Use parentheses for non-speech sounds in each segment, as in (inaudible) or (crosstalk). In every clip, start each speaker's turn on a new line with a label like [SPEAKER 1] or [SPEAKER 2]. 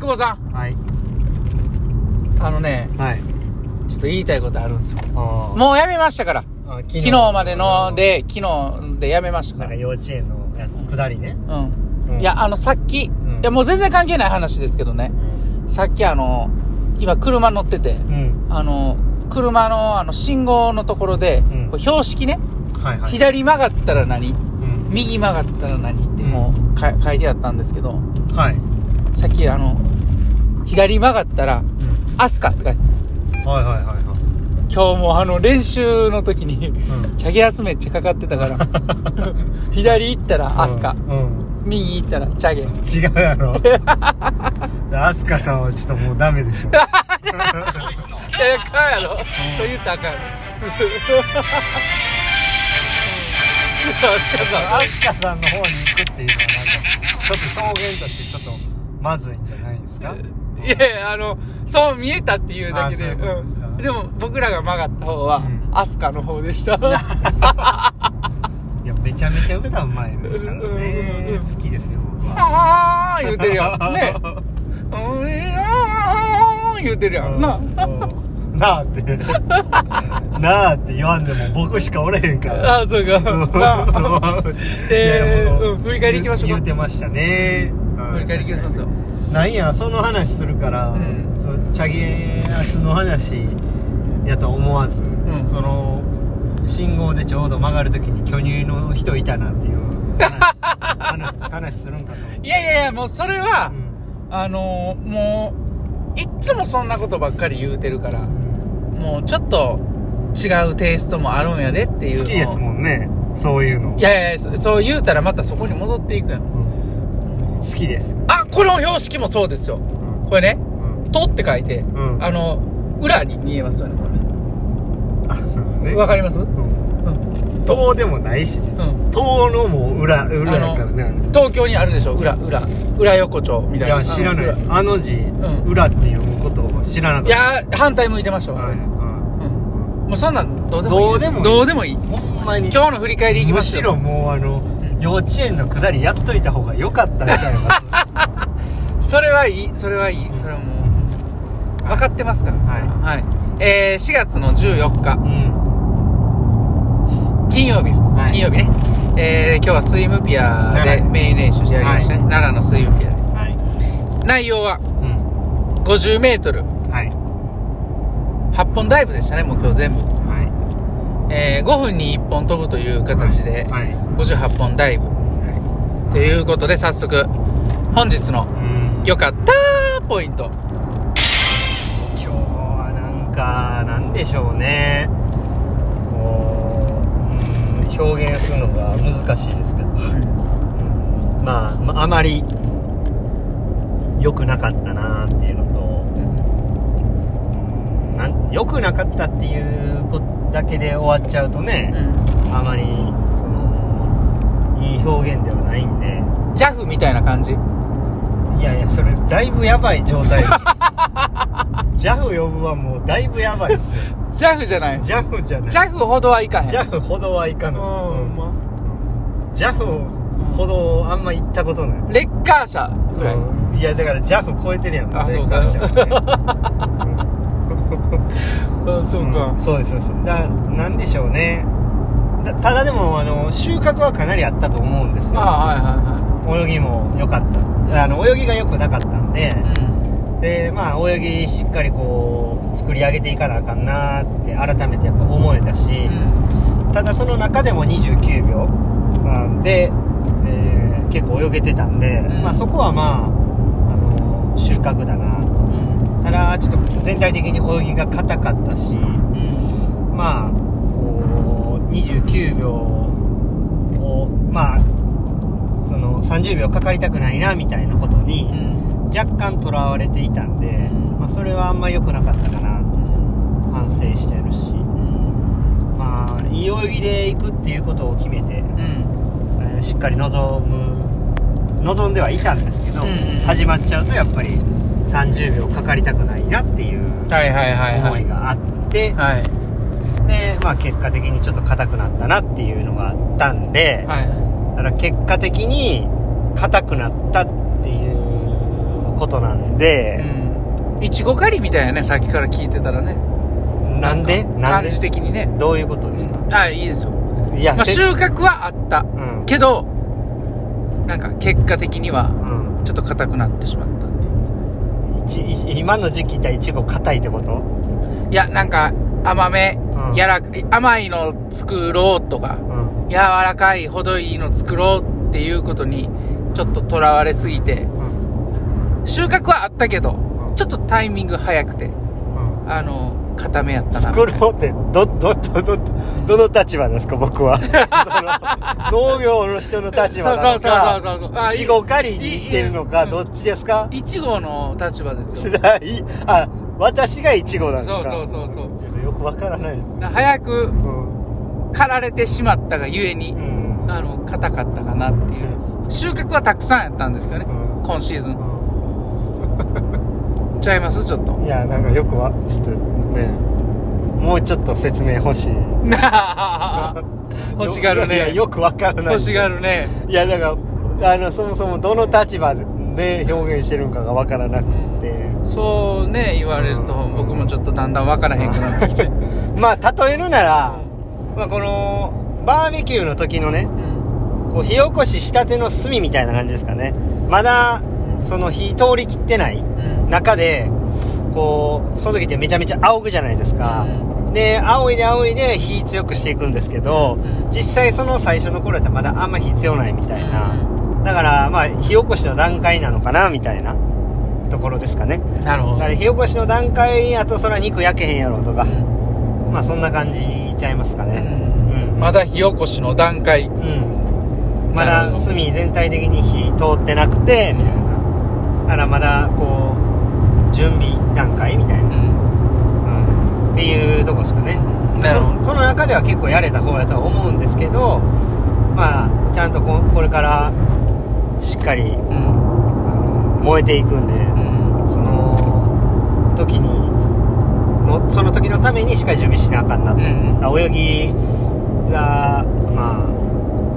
[SPEAKER 1] 久保さん
[SPEAKER 2] はい
[SPEAKER 1] あのね
[SPEAKER 2] はい
[SPEAKER 1] ちょっと言いたいことあるんですよ
[SPEAKER 2] あ
[SPEAKER 1] もうやめましたから
[SPEAKER 2] あ昨
[SPEAKER 1] 昨日までので昨日でやめました
[SPEAKER 2] なん
[SPEAKER 1] か
[SPEAKER 2] から幼稚園のや下りね、
[SPEAKER 1] うん、
[SPEAKER 2] うん
[SPEAKER 1] いやあのさっき、
[SPEAKER 2] ん
[SPEAKER 1] いやもう全然関係ない話ですけどねさっきあの今車乗ってて
[SPEAKER 2] うん
[SPEAKER 1] あの車のあの信号のところで、
[SPEAKER 2] うん
[SPEAKER 1] こう標識ね、
[SPEAKER 2] はいはい、
[SPEAKER 1] 左曲がったら何
[SPEAKER 2] うん、
[SPEAKER 1] 右曲がったら何って
[SPEAKER 2] うん
[SPEAKER 1] もうか書いてあったんですけど
[SPEAKER 2] はい、
[SPEAKER 1] さっきあの左曲がったら
[SPEAKER 2] うん
[SPEAKER 1] 「アスカ」って書いてた
[SPEAKER 2] はいはいはいはい
[SPEAKER 1] 今日もあの練習の時に
[SPEAKER 2] うん
[SPEAKER 1] チャゲアスめっちゃかかって
[SPEAKER 2] (laughs)
[SPEAKER 1] たから左行ったら「アスカ
[SPEAKER 2] う」ん、
[SPEAKER 1] 右行ったら「チャゲ」
[SPEAKER 2] 違うや
[SPEAKER 1] (laughs)
[SPEAKER 2] ろアスカさんはちょっともうダメでしょ
[SPEAKER 1] いやいやかんやろそう言ったらあかんやろアスカさん
[SPEAKER 2] アスカさんの方に行くっていうのはなんかちょっと表現としてちょっとまずいんじゃないですか
[SPEAKER 1] いやいやあのそう見えたっていうだけで
[SPEAKER 2] あそういうことですか
[SPEAKER 1] ん、でも僕らが曲がった方は、
[SPEAKER 2] うん
[SPEAKER 1] アスカの方でした
[SPEAKER 2] いやめちゃめちゃ歌うまいですから
[SPEAKER 1] うんうん
[SPEAKER 2] ね
[SPEAKER 1] うん
[SPEAKER 2] 好きですよ僕は
[SPEAKER 1] あ (laughs) あ言うてる
[SPEAKER 2] (laughs)
[SPEAKER 1] やんねうんあー言うてるやんな
[SPEAKER 2] うんなあって (laughs) なあって言わんでも僕しかおれへんから
[SPEAKER 1] ああそうかなあえ
[SPEAKER 2] (laughs) い
[SPEAKER 1] ー
[SPEAKER 2] やも
[SPEAKER 1] うん振り返り行きましょうか
[SPEAKER 2] 言言うてましたねはい
[SPEAKER 1] 振り返り気がしますよ
[SPEAKER 2] なんやその話するから、
[SPEAKER 1] うん
[SPEAKER 2] そのチャゲアスの話やと思わず、
[SPEAKER 1] ん
[SPEAKER 2] その信号でちょうど曲がるときに巨乳の人いたなっていう
[SPEAKER 1] (laughs)
[SPEAKER 2] 話話話するんかと思って
[SPEAKER 1] いやいやいやもうそれは
[SPEAKER 2] う、ん
[SPEAKER 1] あのーもういっつもそんなことばっかり言うてるからもうちょっと違うテイストもあるんやでっていうのを
[SPEAKER 2] 好きですもんねそういうの
[SPEAKER 1] いやいやいやそそう言うたらまたそこに戻っていくやん
[SPEAKER 2] うん好きです、
[SPEAKER 1] あこの標識もそうですよ
[SPEAKER 2] うん
[SPEAKER 1] これ
[SPEAKER 2] う
[SPEAKER 1] ね
[SPEAKER 2] ん
[SPEAKER 1] 「と」って書いて、
[SPEAKER 2] うん
[SPEAKER 1] あの裏に見えますよねこ
[SPEAKER 2] あそう
[SPEAKER 1] れ
[SPEAKER 2] ね
[SPEAKER 1] わかります
[SPEAKER 2] う
[SPEAKER 1] う
[SPEAKER 2] ん
[SPEAKER 1] ん、
[SPEAKER 2] 塔でもないしね
[SPEAKER 1] うん、
[SPEAKER 2] 塔のもう裏裏やからね
[SPEAKER 1] 東京にあるでしょ裏裏裏横丁み
[SPEAKER 2] い
[SPEAKER 1] たいな
[SPEAKER 2] や知らないです
[SPEAKER 1] あ
[SPEAKER 2] あの字、
[SPEAKER 1] ん
[SPEAKER 2] 裏って読むことを知らなか
[SPEAKER 1] の
[SPEAKER 2] っ
[SPEAKER 1] 裏い
[SPEAKER 2] た
[SPEAKER 1] やー反対向いてましたわ、
[SPEAKER 2] はいうん
[SPEAKER 1] うん、もうそんなんどうでもいいすど
[SPEAKER 2] ど
[SPEAKER 1] う
[SPEAKER 2] う
[SPEAKER 1] でもいい
[SPEAKER 2] ほんまに
[SPEAKER 1] 今日の振り返りいきま
[SPEAKER 2] む
[SPEAKER 1] しょ
[SPEAKER 2] し
[SPEAKER 1] う
[SPEAKER 2] ろもうあの、
[SPEAKER 1] ん
[SPEAKER 2] 幼稚園の下りやっといた方が良かったんちゃい
[SPEAKER 1] (laughs)
[SPEAKER 2] ます
[SPEAKER 1] それはいいそれはいい
[SPEAKER 2] うん
[SPEAKER 1] それはもう分かってますから
[SPEAKER 2] はい
[SPEAKER 1] い、えー4月の14日
[SPEAKER 2] うん
[SPEAKER 1] 金曜日、
[SPEAKER 2] い
[SPEAKER 1] 金曜日ねえー今日はスイムピア
[SPEAKER 2] は
[SPEAKER 1] で
[SPEAKER 2] い
[SPEAKER 1] メイン練習してやりましたね、奈良のスイムピアで
[SPEAKER 2] はい
[SPEAKER 1] 内容は
[SPEAKER 2] うん
[SPEAKER 1] 5 0ル
[SPEAKER 2] はい
[SPEAKER 1] 8本ダイブでしたねもう今日全部、
[SPEAKER 2] は
[SPEAKER 1] え5分に1本飛ぶという
[SPEAKER 2] い
[SPEAKER 1] 形で
[SPEAKER 2] はい、
[SPEAKER 1] 58本ダイブ、ということで早速本日の
[SPEAKER 2] うん
[SPEAKER 1] 良かったポイント
[SPEAKER 2] 今日はなんかなんでしょうねこう、うん、表現するのが難しいですけど、うんまあ、まああまり良くなかったなっていうのとうんなん良くなかったっていうことだけで終わっちゃうとね、あまりそのいい表現ではないんで
[SPEAKER 1] ジャフみたいな感じ
[SPEAKER 2] いやいやそれだいぶやばい状態 JAF 呼ぶはもうだいぶやばいですよ
[SPEAKER 1] ジャフじゃない
[SPEAKER 2] JAF じゃない
[SPEAKER 1] ジャフほどはいかへん
[SPEAKER 2] JAF ほどはいか
[SPEAKER 1] う
[SPEAKER 2] ない、
[SPEAKER 1] んま
[SPEAKER 2] うん JAF ほどあんま行ったことない
[SPEAKER 1] レッカー車ぐらい、
[SPEAKER 2] うんいやだから JAF 超えてるやん
[SPEAKER 1] あ
[SPEAKER 2] レ
[SPEAKER 1] そ
[SPEAKER 2] ッ
[SPEAKER 1] う
[SPEAKER 2] カ
[SPEAKER 1] か
[SPEAKER 2] ー車
[SPEAKER 1] (laughs)
[SPEAKER 2] はね
[SPEAKER 1] あそ
[SPEAKER 2] うんそうですそうですだからなんでしょうねだただでもあの収穫はかなりあったと思うんです
[SPEAKER 1] あ
[SPEAKER 2] よ
[SPEAKER 1] は
[SPEAKER 2] 泳ぎも良かったあの泳ぎが良くなかったんで
[SPEAKER 1] いはいはいうん
[SPEAKER 2] でまあ泳ぎしっかりこう作り上げていかなあかんなって改めてやっぱ思えたし、ただその中でも29秒うんで、えー結構泳げてたんで、
[SPEAKER 1] ん
[SPEAKER 2] まあ、そこはまああの収穫だなと
[SPEAKER 1] うん
[SPEAKER 2] ただちょっと全体的に泳ぎが硬かったし
[SPEAKER 1] うん
[SPEAKER 2] まあこう29秒をまあその30秒かかりたくないなみたいなこと
[SPEAKER 1] う
[SPEAKER 2] に
[SPEAKER 1] ん
[SPEAKER 2] 若干とらわれていたんで、
[SPEAKER 1] うん
[SPEAKER 2] まあ、それはあんま良くなかったかな反省してるしまあいい泳ぎで行くっていうことを決めて、
[SPEAKER 1] うんうん
[SPEAKER 2] えーしっかり望む望んではいたんですけど、
[SPEAKER 1] うんうん
[SPEAKER 2] 始まっちゃうとやっぱり30秒かかりたくないなっていう
[SPEAKER 1] はいはいはい
[SPEAKER 2] 思
[SPEAKER 1] はいい
[SPEAKER 2] があって、
[SPEAKER 1] はい
[SPEAKER 2] で、まあ、結果的にちょっと硬くなったなっていうのがあったんで、
[SPEAKER 1] はい
[SPEAKER 2] だから結果的に硬くなったっていうことなんで、
[SPEAKER 1] うんいちご狩りみたいやねさっきから聞いてたらね
[SPEAKER 2] なんでなん
[SPEAKER 1] 感
[SPEAKER 2] で
[SPEAKER 1] じ的にね
[SPEAKER 2] どういうことですか、
[SPEAKER 1] あいいですよ、
[SPEAKER 2] いや、
[SPEAKER 1] まあ、
[SPEAKER 2] せ
[SPEAKER 1] 収穫はあった
[SPEAKER 2] うん、
[SPEAKER 1] けどなんか結果的には
[SPEAKER 2] うん
[SPEAKER 1] ちょっと硬くなってしまったっていう
[SPEAKER 2] いちい今の時期いたいちご硬いってこと
[SPEAKER 1] いやなんか甘め
[SPEAKER 2] うん
[SPEAKER 1] やら甘いの作ろうとか
[SPEAKER 2] うん
[SPEAKER 1] 柔らかい程いいの作ろうっていうことにちょっととらわれすぎて
[SPEAKER 2] うん
[SPEAKER 1] 収穫はあったけど
[SPEAKER 2] うん
[SPEAKER 1] ちょっとタイミング早くて
[SPEAKER 2] うん
[SPEAKER 1] あの固めやったな
[SPEAKER 2] 作
[SPEAKER 1] みたいな
[SPEAKER 2] ろうってど (laughs) どどどどの立場ですか僕
[SPEAKER 1] (laughs)
[SPEAKER 2] はその農業の人の立場なの
[SPEAKER 1] そう
[SPEAKER 2] か
[SPEAKER 1] そうそうそうそうあ
[SPEAKER 2] いちご狩りに行ってるのか
[SPEAKER 1] いいいい
[SPEAKER 2] どっちです (laughs) か
[SPEAKER 1] いちごの立場ですよ
[SPEAKER 2] いあ私がいちごなんです
[SPEAKER 1] そう
[SPEAKER 2] か
[SPEAKER 1] そうそうそう
[SPEAKER 2] ちょっとよくわからないです
[SPEAKER 1] だから早く
[SPEAKER 2] うん
[SPEAKER 1] 刈られてしまったがゆえに
[SPEAKER 2] うん
[SPEAKER 1] あの硬かったかなっていう収穫はたくさんやったんですけどね
[SPEAKER 2] うん
[SPEAKER 1] 今シーズンちゃいますちょっと
[SPEAKER 2] (laughs) うんいやなんかよくわちょっとねもうちょっと説明欲しい
[SPEAKER 1] 欲しがる
[SPEAKER 2] (laughs) いや
[SPEAKER 1] ね
[SPEAKER 2] よくわからない
[SPEAKER 1] 欲しがるね
[SPEAKER 2] いやだからあのそもそもどの立場で表現してるのかがわからなくて
[SPEAKER 1] そうね言われると
[SPEAKER 2] うん
[SPEAKER 1] 僕もちょっとだんだん分からへんくなってきて
[SPEAKER 2] (laughs) まあ例えるなら、まあ、このバーベキューの時のね
[SPEAKER 1] うん
[SPEAKER 2] こう火起こししたての炭みたいな感じですかねまだその火通りきってない
[SPEAKER 1] うん
[SPEAKER 2] 中でこうその時ってめちゃめちゃ仰ぐじゃないですか、で仰いで仰いで火強くしていくんですけど実際その最初の頃やったらまだあんま火強ないみたいな、だからまあ火起こしの段階なのかなみたいなところですかね
[SPEAKER 1] なるほ
[SPEAKER 2] だ
[SPEAKER 1] ど
[SPEAKER 2] から火起こしの段階やとそら肉焼けへんやろとか
[SPEAKER 1] う、ん
[SPEAKER 2] まあそんな感じちゃいますかねうん、
[SPEAKER 1] まだ火起こしの段階
[SPEAKER 2] うんま
[SPEAKER 1] なる
[SPEAKER 2] だ
[SPEAKER 1] ほど
[SPEAKER 2] 炭全体的に火通ってなくてみたいなだからまだこう準備段階みたいな、うん、っていうとこですかね
[SPEAKER 1] なるほ
[SPEAKER 2] そその中では結構やれた方やとは思うんですけどまあちゃんとここれからしっかり
[SPEAKER 1] どうん
[SPEAKER 2] あの燃えていくんで
[SPEAKER 1] うん
[SPEAKER 2] その時にのその時のためにしっかり準備しなあかんなと、
[SPEAKER 1] うん
[SPEAKER 2] あ泳ぎがま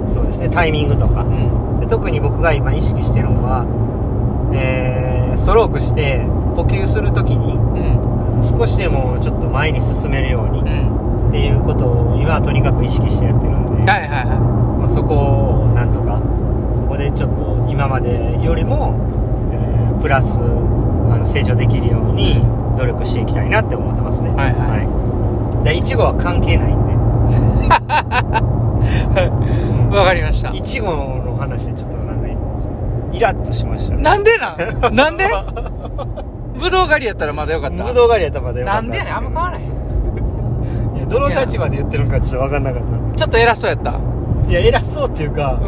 [SPEAKER 2] あそうですねタイミングとか
[SPEAKER 1] うん
[SPEAKER 2] で特に僕が今意識してるのは、えーストロークして呼吸する時に
[SPEAKER 1] うん
[SPEAKER 2] 少しでもちょっと前に進めるように
[SPEAKER 1] うん
[SPEAKER 2] っていうことを今はとにかく意識してやってるんで、
[SPEAKER 1] はいはいは
[SPEAKER 2] まあ、そこをなんとかそこでちょっと今までよりも、えープラスあの成長できるように努力していきたいなって思ってますね
[SPEAKER 1] はいはい
[SPEAKER 2] いでいちごは関係ないん
[SPEAKER 1] いわかりました
[SPEAKER 2] でいちごの話ちょっとなんかイラッとしましたね
[SPEAKER 1] なんでな
[SPEAKER 2] (laughs)
[SPEAKER 1] んなんでぶどう狩りやったらまだよかった
[SPEAKER 2] ぶどう狩りやったらまだよか
[SPEAKER 1] な
[SPEAKER 2] った
[SPEAKER 1] んでやねんあんま変わらへん
[SPEAKER 2] いやどの立場で言ってるのかちょっと分かんなかったんで
[SPEAKER 1] ちょっと偉そうやった
[SPEAKER 2] いや偉そうっていうか、
[SPEAKER 1] ん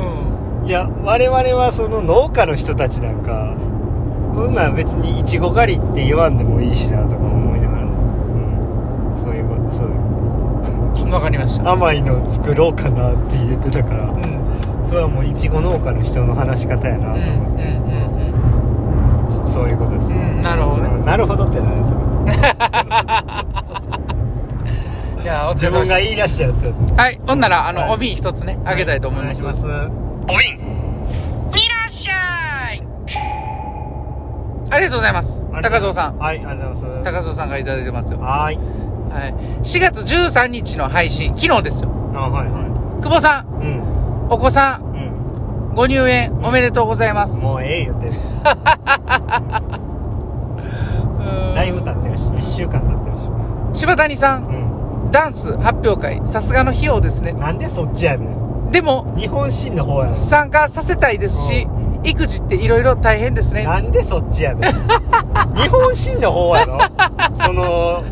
[SPEAKER 2] いや我々はその農家の人たちなんかそんなん別にいちご狩りって言わんでもいいしなとか思いながら、うん、そういうことそういう
[SPEAKER 1] わかりました
[SPEAKER 2] 甘いの作ろうかなって言ってたから
[SPEAKER 1] うん
[SPEAKER 2] それはもういちご農家の人の話し方やな
[SPEAKER 1] うん
[SPEAKER 2] と思って、
[SPEAKER 1] うん
[SPEAKER 2] そそういうことです、
[SPEAKER 1] うんうんなるほどね
[SPEAKER 2] うんなるほどって何ですか
[SPEAKER 1] いやお疲
[SPEAKER 2] 自
[SPEAKER 1] れ様で
[SPEAKER 2] 分
[SPEAKER 1] し
[SPEAKER 2] が
[SPEAKER 1] た
[SPEAKER 2] 言い出したやつやと
[SPEAKER 1] はいほんならあ
[SPEAKER 2] はい
[SPEAKER 1] のお瓶一つねあげたいと思います
[SPEAKER 2] お願いしますおいん
[SPEAKER 1] いらっしゃいありがとうございます高蔵さん
[SPEAKER 2] はいありがとうございます
[SPEAKER 1] 高蔵さんがいただいてますよ
[SPEAKER 2] はーい
[SPEAKER 1] はい4月13日の配信昨日ですよ
[SPEAKER 2] あはいは
[SPEAKER 1] 久保さん
[SPEAKER 2] いうん
[SPEAKER 1] お子さん
[SPEAKER 2] う
[SPEAKER 1] ご入園おめでとうございます
[SPEAKER 2] んもうええ言ってるだいぶ経ってるし1週間経ってるし
[SPEAKER 1] 柴谷さん
[SPEAKER 2] う
[SPEAKER 1] ダンス発表会さすがの費用ですね
[SPEAKER 2] んなんでそっちやねん
[SPEAKER 1] でも
[SPEAKER 2] 日本人の方やろ
[SPEAKER 1] 参加させたいですし育児っていろいろ大変ですね
[SPEAKER 2] なんでそっちや
[SPEAKER 1] (laughs)
[SPEAKER 2] ねん日本人の方やろその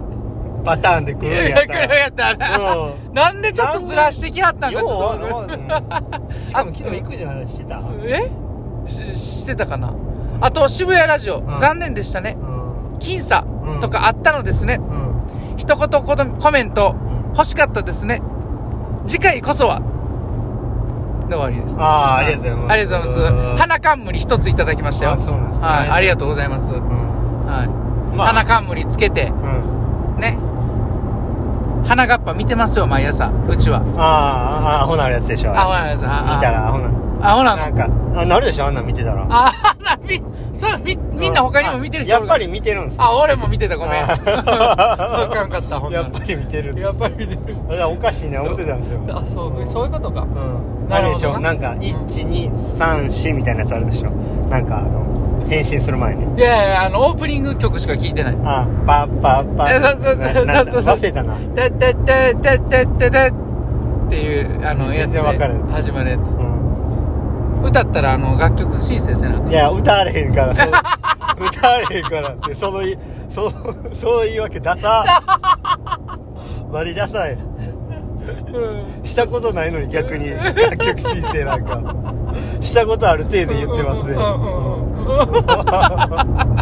[SPEAKER 2] パターンで来
[SPEAKER 1] い
[SPEAKER 2] るん
[SPEAKER 1] やい
[SPEAKER 2] や
[SPEAKER 1] (laughs)
[SPEAKER 2] っ
[SPEAKER 1] や
[SPEAKER 2] たら
[SPEAKER 1] やったな
[SPEAKER 2] うん
[SPEAKER 1] なんでちょっとずらしてきはったんか
[SPEAKER 2] よ
[SPEAKER 1] ちょ
[SPEAKER 2] う
[SPEAKER 1] っと
[SPEAKER 2] わ
[SPEAKER 1] 待って
[SPEAKER 2] わうんしかも昨日行くじゃないしてた、うん、
[SPEAKER 1] えししてたかなあと渋谷ラジオ、
[SPEAKER 2] うん
[SPEAKER 1] 残念でしたね僅差
[SPEAKER 2] うん
[SPEAKER 1] とかあったのですね、
[SPEAKER 2] うん
[SPEAKER 1] 一言コトコメント欲しかったですね次回こそはで終わりです
[SPEAKER 2] ああありがとうございます
[SPEAKER 1] ありがとうございます花冠一ついただきましたよ
[SPEAKER 2] あそうなんですね
[SPEAKER 1] はい、ありがとう
[SPEAKER 2] う
[SPEAKER 1] ございます、
[SPEAKER 2] ん
[SPEAKER 1] はい
[SPEAKER 2] まあ
[SPEAKER 1] 花冠つけて
[SPEAKER 2] うん
[SPEAKER 1] ね花がっぱ見てますよ毎朝うちは
[SPEAKER 2] あああアホなるやつでしょ
[SPEAKER 1] あ
[SPEAKER 2] あ
[SPEAKER 1] ほ
[SPEAKER 2] れ
[SPEAKER 1] らほらほら
[SPEAKER 2] 見たらアホな
[SPEAKER 1] あアホな
[SPEAKER 2] なん
[SPEAKER 1] の
[SPEAKER 2] かあなるでしょあんなん見てたら
[SPEAKER 1] ああなみそうみみんな他にも見てる人
[SPEAKER 2] あ
[SPEAKER 1] お
[SPEAKER 2] や
[SPEAKER 1] る
[SPEAKER 2] っ
[SPEAKER 1] か
[SPEAKER 2] ぱ
[SPEAKER 1] ら
[SPEAKER 2] り見てるんですよ
[SPEAKER 1] あ俺も見てたごめんわかんかったほんな
[SPEAKER 2] や
[SPEAKER 1] ら
[SPEAKER 2] っぱり見てるんです
[SPEAKER 1] やっぱり見てる
[SPEAKER 2] あれはおかしいな思ってたんですよ
[SPEAKER 1] あそうそういうことか
[SPEAKER 2] うん
[SPEAKER 1] な
[SPEAKER 2] あ
[SPEAKER 1] るほ
[SPEAKER 2] れ
[SPEAKER 1] どな
[SPEAKER 2] でしょなんか1234みたいなやつあるでしょなんかあの変身する前に
[SPEAKER 1] いやいやあのオープニング曲しか聞いてない
[SPEAKER 2] あパッパッパ
[SPEAKER 1] えそう
[SPEAKER 2] ッ
[SPEAKER 1] そうそう
[SPEAKER 2] なんだ
[SPEAKER 1] そうそう
[SPEAKER 2] 忘れたな
[SPEAKER 1] 「タッタッタッタッタッタッタッ」っていうあのや
[SPEAKER 2] 全
[SPEAKER 1] つ
[SPEAKER 2] 然わか
[SPEAKER 1] で
[SPEAKER 2] る
[SPEAKER 1] 始まるやつ
[SPEAKER 2] う
[SPEAKER 1] 歌ったらあの楽曲申請せなあかん
[SPEAKER 2] んいや歌われへんから
[SPEAKER 1] (laughs)
[SPEAKER 2] そう歌われへんからってそのい (laughs) そうそういうわけダ
[SPEAKER 1] (laughs)
[SPEAKER 2] サ割りダサいしたことないのに逆に楽曲申請なんかしたことある程度言ってますね
[SPEAKER 1] うんうんうんうん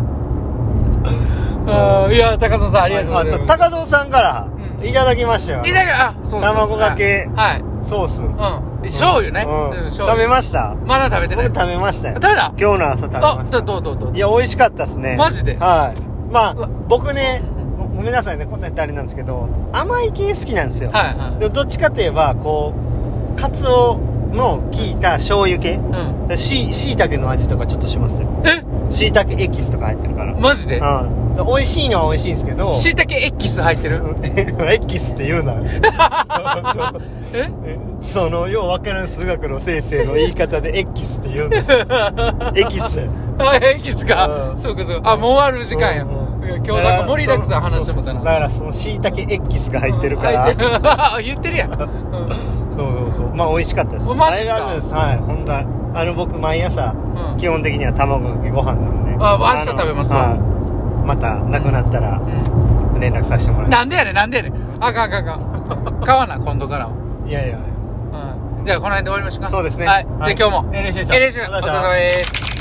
[SPEAKER 1] あーいや高園さんありがとうございます
[SPEAKER 2] あと高蔵さんから
[SPEAKER 1] うん
[SPEAKER 2] いただきましたよ、
[SPEAKER 1] いただきあそうそうそう
[SPEAKER 2] 卵かけ
[SPEAKER 1] はい、はい
[SPEAKER 2] ソース、
[SPEAKER 1] うん醤油ね、
[SPEAKER 2] うん
[SPEAKER 1] うん醤
[SPEAKER 2] 食
[SPEAKER 1] 油
[SPEAKER 2] べました
[SPEAKER 1] まだ食べてな
[SPEAKER 2] 僕
[SPEAKER 1] い
[SPEAKER 2] 食べましたよ
[SPEAKER 1] 食べた
[SPEAKER 2] 今日の朝食べま
[SPEAKER 1] あ
[SPEAKER 2] し
[SPEAKER 1] ど
[SPEAKER 2] た
[SPEAKER 1] うどうどうどう
[SPEAKER 2] いや美味しかったですね
[SPEAKER 1] マジで
[SPEAKER 2] はいまあ
[SPEAKER 1] うわ
[SPEAKER 2] 僕ね
[SPEAKER 1] うん
[SPEAKER 2] ごごめんなさいねこんなやつあれなんですけど甘い系好きなんですよ、
[SPEAKER 1] はいは
[SPEAKER 2] でもどっちかといえばこうカツオの効いた醤油系
[SPEAKER 1] いうん
[SPEAKER 2] ししいたけの味とかちょっとしますよ
[SPEAKER 1] え
[SPEAKER 2] しいたけエキスとか入ってるから
[SPEAKER 1] マジで
[SPEAKER 2] うんで美味しいのは美味しいんですけど
[SPEAKER 1] しいたけエキス入ってる
[SPEAKER 2] (laughs) エキスって言うなそう
[SPEAKER 1] (laughs) え
[SPEAKER 2] (laughs) そのようわからん数学の先生の言い方でエキスって言うんです
[SPEAKER 1] (laughs)
[SPEAKER 2] よエキス
[SPEAKER 1] あエキスか
[SPEAKER 2] うん
[SPEAKER 1] そうかそうかあもう終わる時間や
[SPEAKER 2] うんうん
[SPEAKER 1] いや今日なんか盛りだくさん話しても
[SPEAKER 2] そ
[SPEAKER 1] た
[SPEAKER 2] うそうそうだ
[SPEAKER 1] な
[SPEAKER 2] からそのしいたけエキスが入ってるから、
[SPEAKER 1] うん入ってる (laughs) 言ってるやんうん
[SPEAKER 2] そうそうそうまあ美味しかったです
[SPEAKER 1] おマジっすか
[SPEAKER 2] あれなんですはい本当あの僕毎朝
[SPEAKER 1] うん
[SPEAKER 2] 基本的には卵かけご飯なんで
[SPEAKER 1] あ
[SPEAKER 2] あ
[SPEAKER 1] 明日
[SPEAKER 2] の
[SPEAKER 1] 食べますわ
[SPEAKER 2] はいまたなくなったら
[SPEAKER 1] う
[SPEAKER 2] 連絡させてもらい
[SPEAKER 1] ん
[SPEAKER 2] ま
[SPEAKER 1] なんでやねんなんでやねんあかんあかんあかん買わな今度からは
[SPEAKER 2] すいやいや
[SPEAKER 1] うんじゃあこの辺で終わりましょうか
[SPEAKER 2] そうですね
[SPEAKER 1] はい
[SPEAKER 2] はい
[SPEAKER 1] じゃあ今日も
[SPEAKER 2] LC さん
[SPEAKER 1] LC さんお疲れ様です